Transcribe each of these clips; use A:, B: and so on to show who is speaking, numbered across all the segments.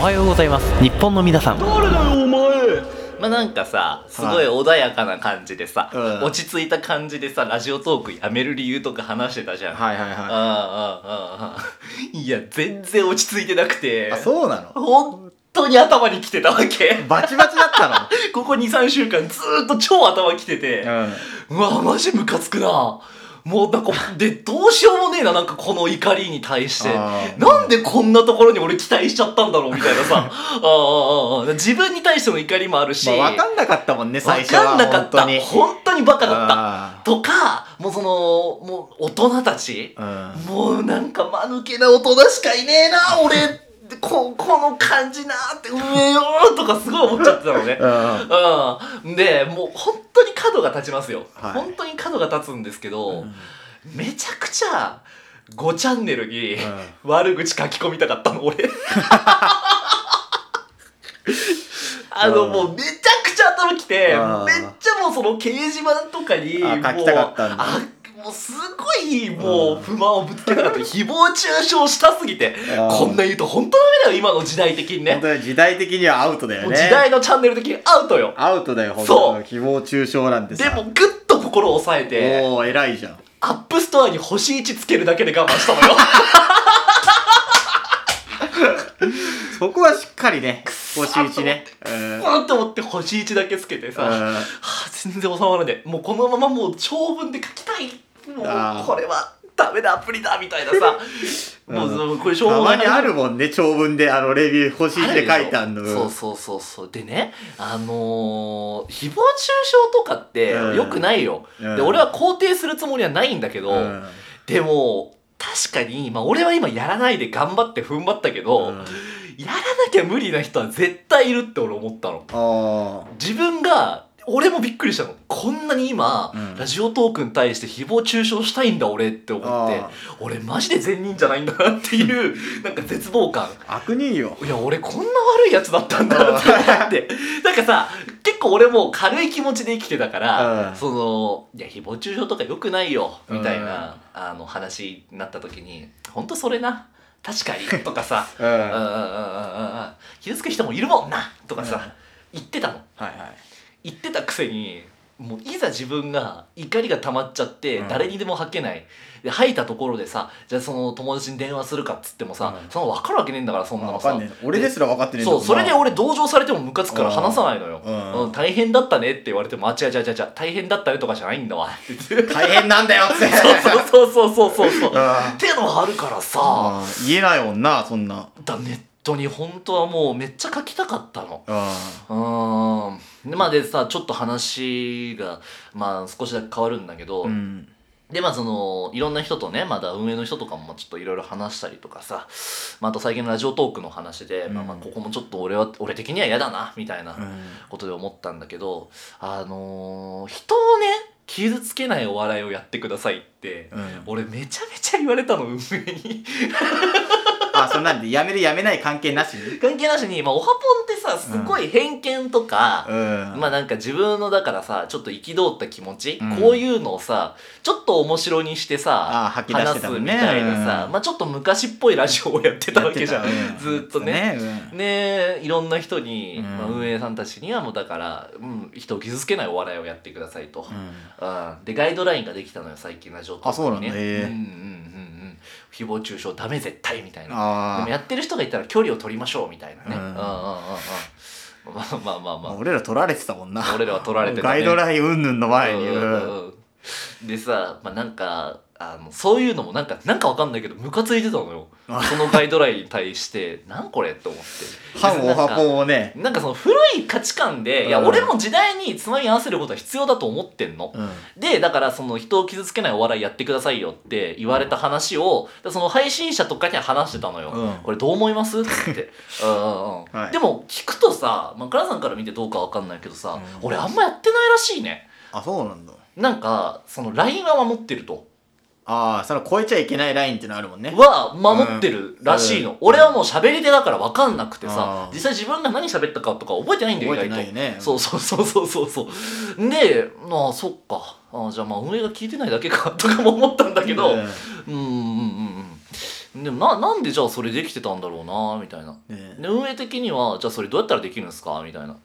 A: はようございます日本の皆さん
B: 誰だよお前
C: まあなんかさすごい穏やかな感じでさ、
B: うん
C: 落ち着いた感じでさラジオトークやめる理由とか話してたじゃん、
B: はいはい
C: あ
B: は
C: あああああいや全然落ち着いてなくて
B: いあそうなの
C: 本当に頭にきてたわけ
B: バチバチだった
C: ここ23週間ずーっと超頭きてて、
B: の、うん、
C: うわマジムカつくなもうなんかでどうしようもねえななんかこの怒りに対して
B: あー
C: なんでこんなところに俺期待しちゃったんだろうみたいな さあーあーあー自分に対しての怒りもあるし、
B: まあ、分かんなかったもんね
C: わ
B: 最初は
C: かんなかった
B: 本当に
C: 本当にバカだった
B: あ
C: とかもうそのもう大人たち
B: ーうん
C: もうなんか間抜けな大人しかいねえな俺こ この感じなってうえよーとかすごい思っちゃってたのね
B: う
C: う
B: ん
C: ん、でもう本当に角が立ちますよ、
B: はい
C: 本当に角が立つんですけど、めちゃくちゃ5チャンネルに、悪口書き込みたかったの 俺あの、
B: うん
C: もうめちゃくちゃ頭きて、
B: うん
C: めっちゃもうその掲示板とかに
B: あ書きたかったん
C: も
B: だ
C: うあもうすごいも
B: う
C: うん不満をぶつけたかった誹謗中傷したすぎて
B: うん
C: こんな言うと本当ダメだよ今の時代的に
B: 本
C: ね
B: 当に時代的にはアウトだよ
C: もう
B: ね
C: 時代のチャンネル的にアウトよ
B: アウトだよ本
C: そう
B: 当希望中傷なんて
C: で
B: さ
C: もぐっと心を抑えて
B: おお偉いじゃん
C: アップストアに星1つけるだけで我慢した のよ
B: そこはしっかりね星一ね
C: うわーって思って星1だけつけて
B: うん
C: さ、
B: うん
C: はあ、全然収まらねえもうこのままもう長文で書きたいも
B: あー
C: うこれはダメだアプリだみたいなさもうそうこれ
B: た
C: 長
B: ま
C: 文
B: にあるもんね長文であのレビュー星一で書いてあんの
C: そうそうそうそうでねあのー、誹謗中傷とかって
B: うん
C: よくないよ、
B: うん
C: で俺は肯定するつもりはないんだけど、
B: うん
C: でも確かに、まあ、俺は今やらないで頑張って踏ん張ったけど、
B: うん
C: やらなきゃ無理な人は絶対いるって俺思ったの
B: あ
C: 自分が俺もびっくりしたのこんなに今、
B: うん
C: ラジオトークに対して誹謗中傷したいんだ俺って思って
B: あ
C: 俺マジで善人じゃないんだなって いうなんか絶望感
B: あ悪人よ
C: いや俺こんな悪いやつだったんだなって思ってなんかさ結構俺もう軽い気持ちで生きてたから、
B: うん
C: そのいや誹謗中傷とか良くないよみたいな、あの話になった時に本当それな確かにとかさ
B: うん
C: うんうん
B: は
C: うんうんうんうん傷つく人もいるもんなとかさ、言ってたの
B: いはい
C: 言ってたくせにもういざ自分が怒りが溜まっちゃって
B: うん
C: 誰にでも吐けない、で吐いたところでさじゃあその友達に電話するかっつってもさ、
B: うん
C: その分かるわけねえんだからそんなの
B: 分
C: さ
B: かんねえ俺ですら分かってねえん
C: そ
B: だも
C: うん
B: な
C: それで俺同情されてもムカつくから話さないのよ、
B: うん
C: うん大変だったねって言われてもあ違う違う違う違う大変だったねとかじゃないんだ わって言って
B: 大変なんだよ っ
C: そ
B: て
C: うそうそうそうそうそう
B: うん
C: っていうのもあるからさ、
B: あー言えないもんなそんな
C: だネットに本当はもうめっちゃ書きたかったの
B: あ
C: うーんでまあでさちょっと話がまあ少しだけ変わるんだけど、
B: うん
C: でまあそのいろんな人とねまだ運営の人とかもちょっといろいろ話したりとかさ、まあ、あと最近のラジオトークの話で、まあ、まあ
B: うん
C: ここもちょっと俺は俺的には嫌だなみたいな
B: うん
C: ことで思ったんだけどあのー人をね傷つけないお笑いをやってくださいって、
B: うん
C: 俺めちゃめちゃ言われたの運営に。
B: あそんなんでやめるやめない関係なしに
C: 関係なしに、まあ、オハポンってさすごい偏見とか、
B: うん
C: まあなんか自分のだからさちょっと憤った気持ち、
B: うん
C: こういうのをさちょっと面白にしてさ
B: あ吐き出し
C: 話
B: て
C: す
B: たもん
C: み
B: ね
C: たいなさ、
B: うん
C: まあちょっと昔っぽいラジオをやってたわけじゃん、
B: やって た
C: ずっとね。
B: う
C: ね
B: ん
C: えいろんな人に、
B: うん
C: まあ、運営さんたちにはもうだから、うん、人を傷つけないお笑いをやってくださいと、
B: うん
C: うんでガイドラインができたのよ最近ラジオトークにね
B: あそうなんだへえ
C: うんうんうんうん誹謗中傷ダメ絶対みたいなで
B: あ
C: も
B: ー
C: やってる人がいたら距離を取りましょうみたいなね、
B: う
C: うんん、うんうんうんうんまあまあまあま
B: ま
C: あ
B: あ俺ら取られてたもんな
C: 俺らは取られてたね
B: ガイドライン云々の前に
C: うんうんうんでさ、まあ、なんかあのそういうのもなんかなんかわかんないけどムカついてたのよ
B: あ
C: そのガイドラインに対してなんこれと思って
B: 反オハポンをね
C: なんかその古い価値観で、いや
B: うん
C: 俺も時代につまみ合わせることは必要だと思ってんの、
B: うん
C: でだからその人を傷つけないお笑いやってくださいよって言われた話をその配信者とかには話してたのよ、
B: うん
C: これどう思いますって言って うんうん、うん
B: はい
C: でも聞くとさ、まあ、倉さんから見てどうかわかんないけどさ、
B: うん
C: 俺あんまやってないらしいね
B: あそうなんだ
C: なんかその LINE は守ってると
B: ああその超えちゃいけないラインってのあるもんね
C: は守ってるらしいの、
B: うん
C: 俺はもう喋り手だから分かんなくてさ
B: あー
C: 実際自分が何喋ったかとか覚えてないんだよ意
B: 覚え
C: 外
B: て
C: と
B: ないよね
C: そうそうそうそうそうそうでまあそっかあーじゃあまあ運営が聞いてないだけかとかも思ったんだけど、
B: うん
C: うんうんうんうんでもななんでじゃあそれできてたんだろうなみたいな
B: ね
C: で運営的にはじゃあそれどうやったらできるんですかみたい な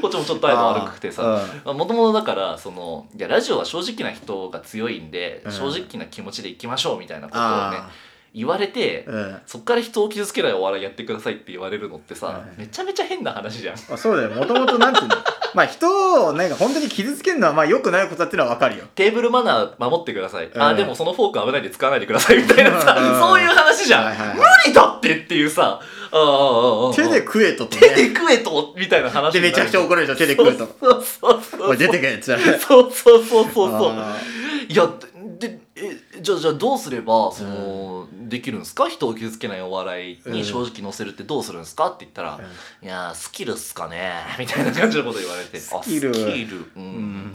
C: こっちもちょっと態度悪くてさ
B: あー
C: もともとだからそのいやラジオは正直な人が強いんで、
B: うん
C: 正直な気持ちでいきましょうみたいなことをね
B: あ
C: 言われて、
B: ーうん
C: そっから人を傷つけないお笑いやってくださいって言われるのってさ、
B: はい
C: めちゃめちゃ変な話じゃん。
B: まあそうだよもともとなんていうの まあ人をなんか本当に傷つけるのはまあ良くないことだっていうのは分かるよ
C: テーブルマナー守ってください、
B: う
C: あ
B: ん
C: でもそのフォーク危ないんで使わないでくださいみたいなさ、
B: うん
C: そういう話じゃん、
B: はいはいはい
C: 無理だってっていうさああああああ
B: 手で食えとと
C: 手で
B: ね
C: 食えとみたいな話
B: で
C: になる
B: めちゃくちゃ怒られるでしょ手で食えと
C: そうそうそうそう
B: おい出てけっつって
C: そうそうそうそうそう
B: あ
C: いやでえじゃあじゃあどうすればその、できるんですか人を傷つけないお笑いに正直乗せるってどうするんですかって言ったら「
B: うん
C: いやースキルっすかね」 みたいな感じのこと言われて「ス
B: キル
C: スキル、うん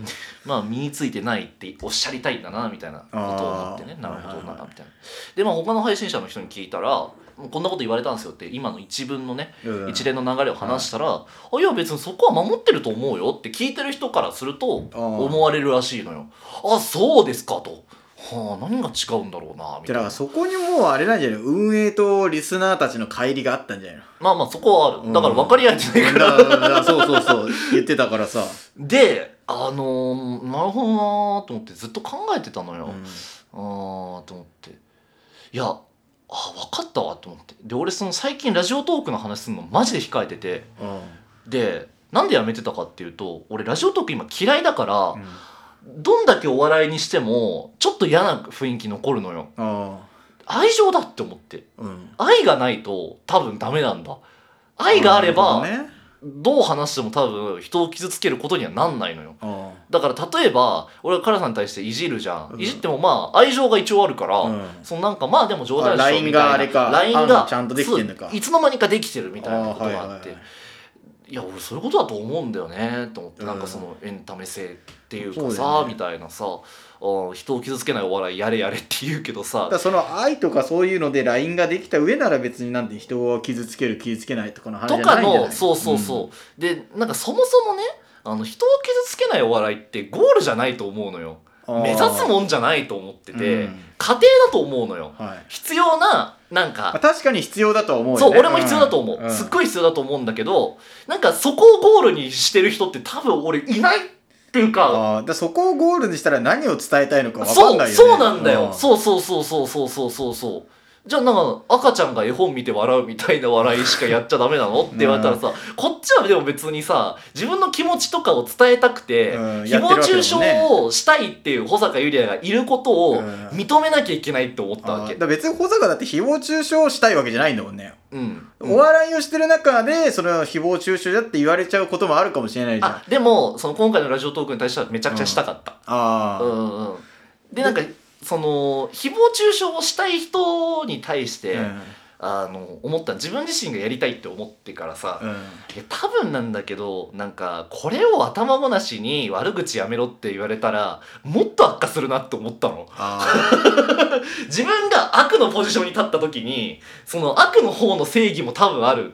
B: ん
C: まあ身についてないっておっしゃりたいんだな」みたいなことを思ってね
B: あー
C: なるほどな
B: はいはいは
C: みたいな。でまあ他の配信者の人に聞いたらもうこんなこと言われたんですよって今の一文のね、
B: うん
C: 一連の流れを話したら、あいや別にそこは守ってると思うよって聞いてる人からすると
B: あー
C: 思われるらしいのよあそうですかとはあ何が違うんだろうなみ
B: ー
C: たい
B: じゃあだから
C: な
B: そこにもうあれなんじゃないの運営とリスナーたちの乖離があったんじゃないの
C: まあまあそこはあるだから分かり合えてないか
B: だ
C: ら、
B: からだ からそうそうそう言ってたからさ、
C: であのーなるほどなーと思ってずっと考えてたの
B: う
C: よ、あ
B: ん
C: ーと思っていやあ分かったわと思ってで俺その最近ラジオトークの話するのマジで控えててでなんでやめてたかっていうと俺ラジオトーク今嫌いだから、
B: うん
C: どんだけお笑いにしてもちょっと嫌な雰囲気残るのよ
B: あ
C: 愛情だって思って
B: ーうん
C: 愛がないと多分ダメなんだ愛があれば
B: なるほどね
C: どう話しても多分人を傷つけることにはなんないのよ
B: あ
C: だから例えば俺はカラさんに対していじるじゃん、
B: うん
C: いじってもまあ愛情が一応あるから、
B: ーうん
C: そのなんかまあでも冗談
B: あ LINE があれか
C: ライン
B: あ
C: が
B: ちゃんとできてんのか
C: そういつの間にかできてるみたいなことがあって
B: あーはいはいはい
C: いや俺そういうことだと思うんだよねと思って、
B: うん
C: なんかそのエンタメ性っていう
B: そ
C: か
B: うだ
C: さ
B: よね
C: みたいなさうん人を傷つけないお笑いやれやれって言うけどさ
B: だからその愛とかそういうので LINE ができた上なら別になんて人を傷つける傷つけないとかの話
C: と
B: じゃな
C: か
B: いんじゃ
C: の
B: ない
C: そうそうそう、でなんかそもそもねあの人を傷つけないお笑いってゴールじゃないと思うのよ
B: うん、
C: 目指す
B: ん
C: もんじゃないと思ってて、
B: うん
C: 過程だと思うのよ
B: はい
C: 必要ななんか
B: まあ、確かに必要だとは思うよ、ね、
C: そう俺も必要だと思う、
B: ん
C: すっごい必要だと思うんだけどなんかそこをゴールにしてる人って多分俺いないっていうか
B: あーだからそこをゴールにしたら何を伝えたいのか分か
C: そ
B: ん
C: う
B: ないよね
C: そうなんだよ、
B: ん
C: そうそうそうそうそうそうそうそうじゃあなんか赤ちゃんが絵本見て笑うみたいな笑いしかやっちゃダメなのって言われたらさ、こっちはでも別にさ自分の気持ちとかを伝えたくて、
B: うん
C: 誹
B: やってる
C: 謗
B: わけ
C: 中
B: だ
C: 傷
B: もんね
C: をしたいっていう保坂優里也がいることを
B: うん
C: 認めなきゃいけないって思った
B: あー
C: わ
B: だ
C: け、
B: から別に保坂だって誹謗中傷をしたいわけじゃないんだもんね、
C: うん、
B: お笑いをしてる中でその誹謗中傷だって言われちゃうこともあるかもしれないじゃん
C: あでもその今回のラジオトークに対してはめちゃくちゃしたかった、
B: あ
C: う
B: ー
C: んうんうんでなんかその誹謗中傷をしたい人に対して、
B: うん
C: あの思った自分自身がやりたいって思ってからさ、
B: うん
C: いや多分なんだけどなんかこれを頭ごなしに悪口やめろって言われたらもっと悪化するなって思ったの
B: あ
C: 自分が悪のポジションに立った時にその悪の方の正義も多分ある
B: ー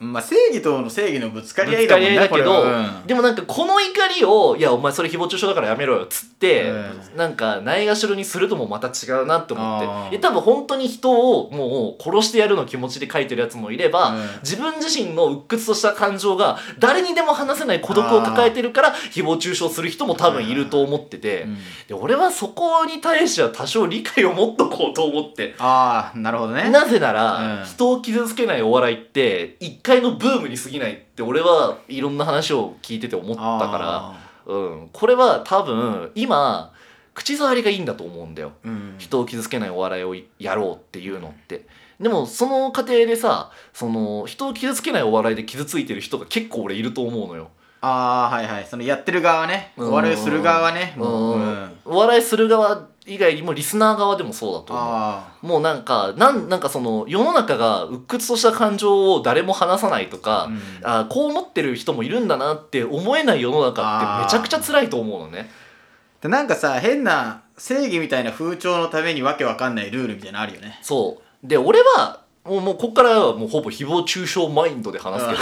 B: まあ正義との正義のぶつか
C: ぶ
B: り合
C: つ
B: い
C: か
B: だも
C: り
B: ん
C: 合いだけ
B: ねこれ
C: ど、
B: はうん
C: でもなんかこの怒りを「いやお前それ誹謗中傷だからやめろよ」っつって、
B: う
C: なんかないがしろにするともまた違うなって思っ
B: あー
C: ていや多分本当に人をもう殺してやるの気持ちで書いてるやつもいれば、
B: うん
C: 自分自身の鬱屈とした感情が誰にでも話せない孤独を抱えてるから誹謗中傷する人も多分いると思ってて、
B: うん
C: で俺はそこに対しては多少理解を持っとこうと思って。
B: ああなるほどね
C: なぜなら、
B: うん
C: 人を傷つけないお笑いって一回のブームに過ぎないって俺はいろんな話を聞いてて思ったか
B: あ
C: ら、うん、これは多分今口触りがいいんだと思うんだよ
B: ーうん
C: 人を傷つけないお笑いをやろうっていうのってでもその過程でさその人を傷つけないお笑いで傷ついてる人が結構俺いると思うのよ
B: ああはいはいそのやってる側ね
C: うん
B: お笑いをする側ねもう
C: う
B: うんん
C: お笑いする側以外にもリスナー側でもそうだと思う
B: あ
C: もうなんかなんなんかその世の中が鬱屈とした感情を誰も話さないとか、
B: あうん
C: あーこう思ってる人もいるんだなって思えない世の中ってめちゃくちゃ辛いと思うのね
B: でなんかさ変な正義みたいな風潮のためにわけわかんないルールみたいなのあるよね
C: そうで俺はもうもうこっからはもうほぼ誹謗中傷マインドで話すけど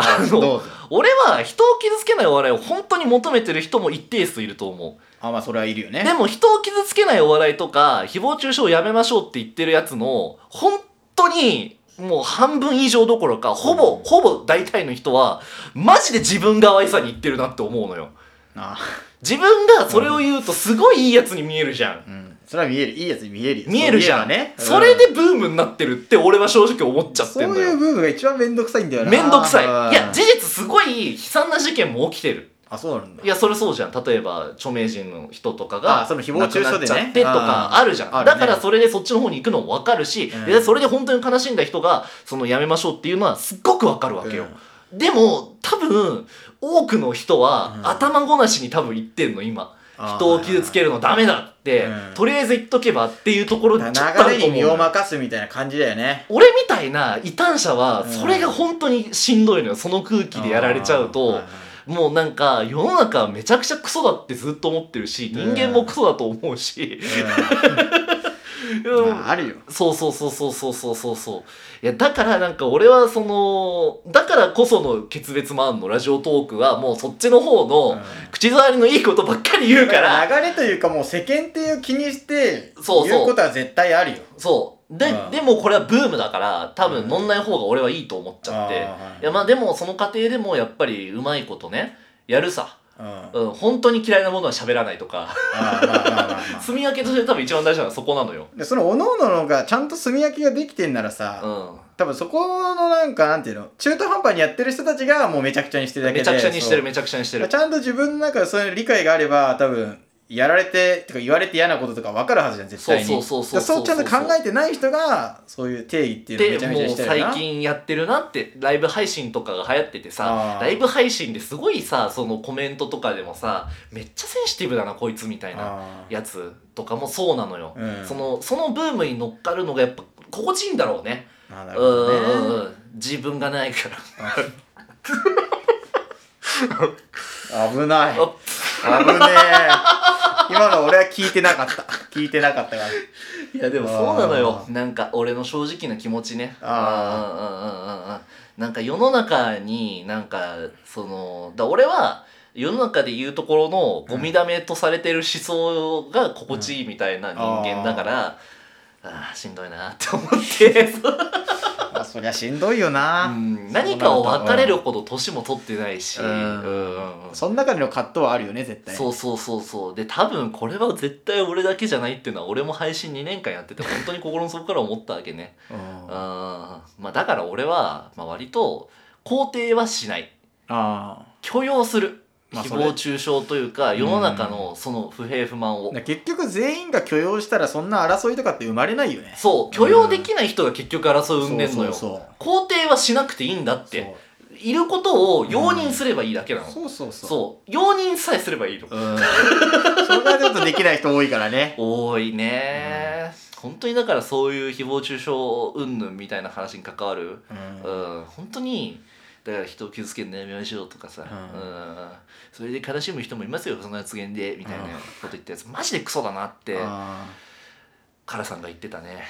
B: あ
C: あの
B: どうぞ
C: 俺は人を傷つけないお笑いを本当に求めてる人も一定数いると思う
B: あまあそれはいるよね
C: でも人を傷つけないお笑いとか誹謗中傷をやめましょうって言ってるやつの本当にもう半分以上どころかほぼほぼ大体の人はマジで自分が愛さに言ってるなって思うのよ
B: あ、
C: 自分がそれを言うとすごいいいやつに見えるじゃん
B: うん、それは見えるいいやつに見えるよ
C: 見えるじゃん
B: そう見えばね
C: それでブームになってるって俺は正直思っちゃって
B: そ
C: ん
B: う
C: だ
B: いう
C: よ
B: 部分が一番めんどくさいんだよな
C: めんどくさい
B: うん
C: いや事実すごい悲惨な事件も起きてる
B: あそうなんだ
C: いやそれそうじゃん例えば著名人の人とか
B: あ
C: が
B: その誹謗中傷でね
C: 亡くなっちゃってとかあるじゃん、
B: あるね
C: だからそれでそっちの方に行くのも分かるし、
B: うん
C: でそれで本当に悲しんだ人がそのやめましょうっていうのはすっごく分かるわけよ、でも多分多くの人は、
B: うん
C: 頭ごなしに多分言ってんの今人を傷つけ
B: る
C: るのダメだって、
B: うん
C: とりあえず言っとけばっていうところ
B: 流
C: ちょっとある
B: れ
C: と
B: に
C: 思う
B: 身
C: の
B: を
C: よ
B: 任すみたいな感じだよね
C: 俺みたいな異端者は
B: うん
C: それが本当にしんどいのよその空気でやられちゃうと、
B: あーはいはい
C: もうなんか世の中はめちゃくちゃクソだってずっと思ってるし
B: ね
C: 人間もクソだと思うし、
B: うん
C: うん
B: まああるよ
C: そうそうそうそうそうそうそうそういやだからなんか俺はそのだからこその「決別マン」のラジオトークはもうそっちの方の口触りのいいことばっかり言う
B: だ
C: か、
B: からら流れというかもう世間体を気にして
C: そうそう
B: 言うことは絶対あるよ
C: そうで,、
B: うん
C: でもこれはブームだから多
B: う
C: 分
B: ん
C: 乗んない方が俺はいいと思っちゃって、
B: あーはい
C: いやまあでもその過程でもやっぱりうまいことねやるさ、
B: うんあー
C: うん、本当に嫌いなものは喋らないとか
B: まあまあまあま あ
C: 住み分けとして多分一番大事なのはそこなのよ。
B: でそのおののがちゃんと炭焼きができてんならさ、
C: う
B: 多分そこのなんかなんていうの中途半端にやってる人たちがもうめちゃくちゃにしてるだ
C: ん、
B: け
C: め
B: で
C: ちゃくちゃにしてる
B: そう
C: めちゃくちゃにして
B: だ
C: る
B: からちゃんと自分の中でそういう理解があれば多分やられてとか言われて嫌なこととか分かるはずじゃん絶対に
C: そうそうそうそうそう
B: だからちゃんと考えてない人がそういう定義っていうのをめ
C: で
B: ちゃめちゃ
C: もう
B: してるな
C: 最近やってるなってライブ配信とかが流行っててさ
B: あー
C: ライブ配信ですごいさそのコメントとかでもさめっちゃセンシティブだなこいつみたいな
B: あー
C: やつとかもそうなのよ、
B: うん
C: そのそのブームに乗っかるのがやっぱ心地いいんだろうね
B: あーな
C: う
B: るほどね
C: ん自分がないから
B: 危な
C: あ
B: い危ねえ今の俺は聞いてなかった聞いてなかったか
C: い
B: ら
C: やでもそうなのよ
B: あ
C: なんか俺の正直な気持ちね
B: あ
C: うんうんうんうんうんなんか世の中になんかそのだ俺は世の中で言うところのゴミだめとされてる思想が心地いいみたいな人間だから、ああしんどいなって思 って、
B: まあそりゃしんどいよ
C: う
B: な、
C: ん何かを分かれるほど年も取ってないし、
B: うん
C: うんうん
B: その中での葛藤はあるよね絶対
C: そうそうそうそうで多分これは絶対俺だけじゃないっていうのは俺も配信2年間やってて本当に心の底から思ったわけね
B: うんあ
C: あーまあだから俺は、まあ、割と肯定はしない
B: あ
C: 許容する、
B: まあ
C: 誹
B: それ
C: 謗中傷というか世の中のその不平不満を、
B: だから結局全員が許容したらそんな争いとかって生まれないよね
C: そう許容できない人が結局争いを生んでんのよ
B: そう
C: 肯定はしなくていいんだっ
B: そう
C: ていることを容認すればいいだけなの、
B: そうそうそうそう
C: そう容認さえすればいいの
B: うんそれがちょっとできない人多いからね
C: 多いね、本当にだからそういう誹謗中傷云々みたいな話に関わる
B: うん
C: うん、本当にだから人を傷つけるのやめましょうとかさ、う
B: う
C: んそれで悲しむ人もいますよその発言でみたいなこと言ったやつマジでクソだなって
B: あ
C: カラさんが言ってたね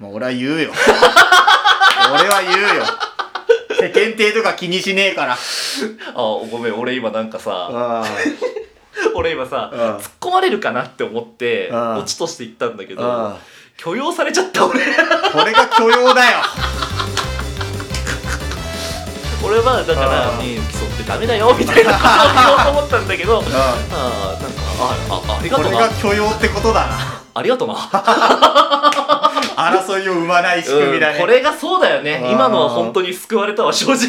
B: ーもう俺は言うよ 俺は言うよ世間体とか気にしねえから
C: あごめん俺今なんかさ
B: あ
C: 俺今さ
B: あ
C: 突っ込まれるかなって思って
B: あ
C: オチとして言ったんだけど
B: あ
C: 許容されちゃった俺
B: これが許容だよ
C: 俺はだから
B: ああ
C: 「ねえそうってダメだよ」みたいなことを言おうと思ったんだけど
B: う
C: ああなんかあああり
B: ん
C: が
B: ことれ
C: な
B: が許容ってことだな
C: ありがとうな
B: 争いを生まない仕組みだ
C: う
B: ね、
C: んこれがそうだよね
B: あー
C: 今のは本当に救われたわ正直